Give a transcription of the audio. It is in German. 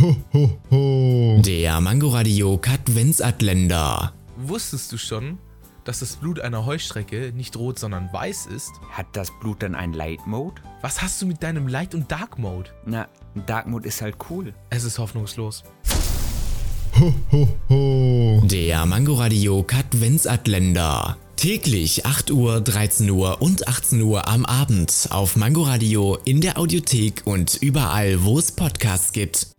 Ho, ho, ho. Der Mangoradio Katwensatländer. Wusstest du schon, dass das Blut einer Heuschrecke nicht rot, sondern weiß ist? Hat das Blut dann einen Light Mode? Was hast du mit deinem Light- und Dark-Mode? Na, Dark Mode ist halt cool. Es ist hoffnungslos. Ho, ho, ho. Der Mangoradio Katwensatländer. Täglich 8 Uhr, 13 Uhr und 18 Uhr am Abend auf Mangoradio in der Audiothek und überall, wo es Podcasts gibt.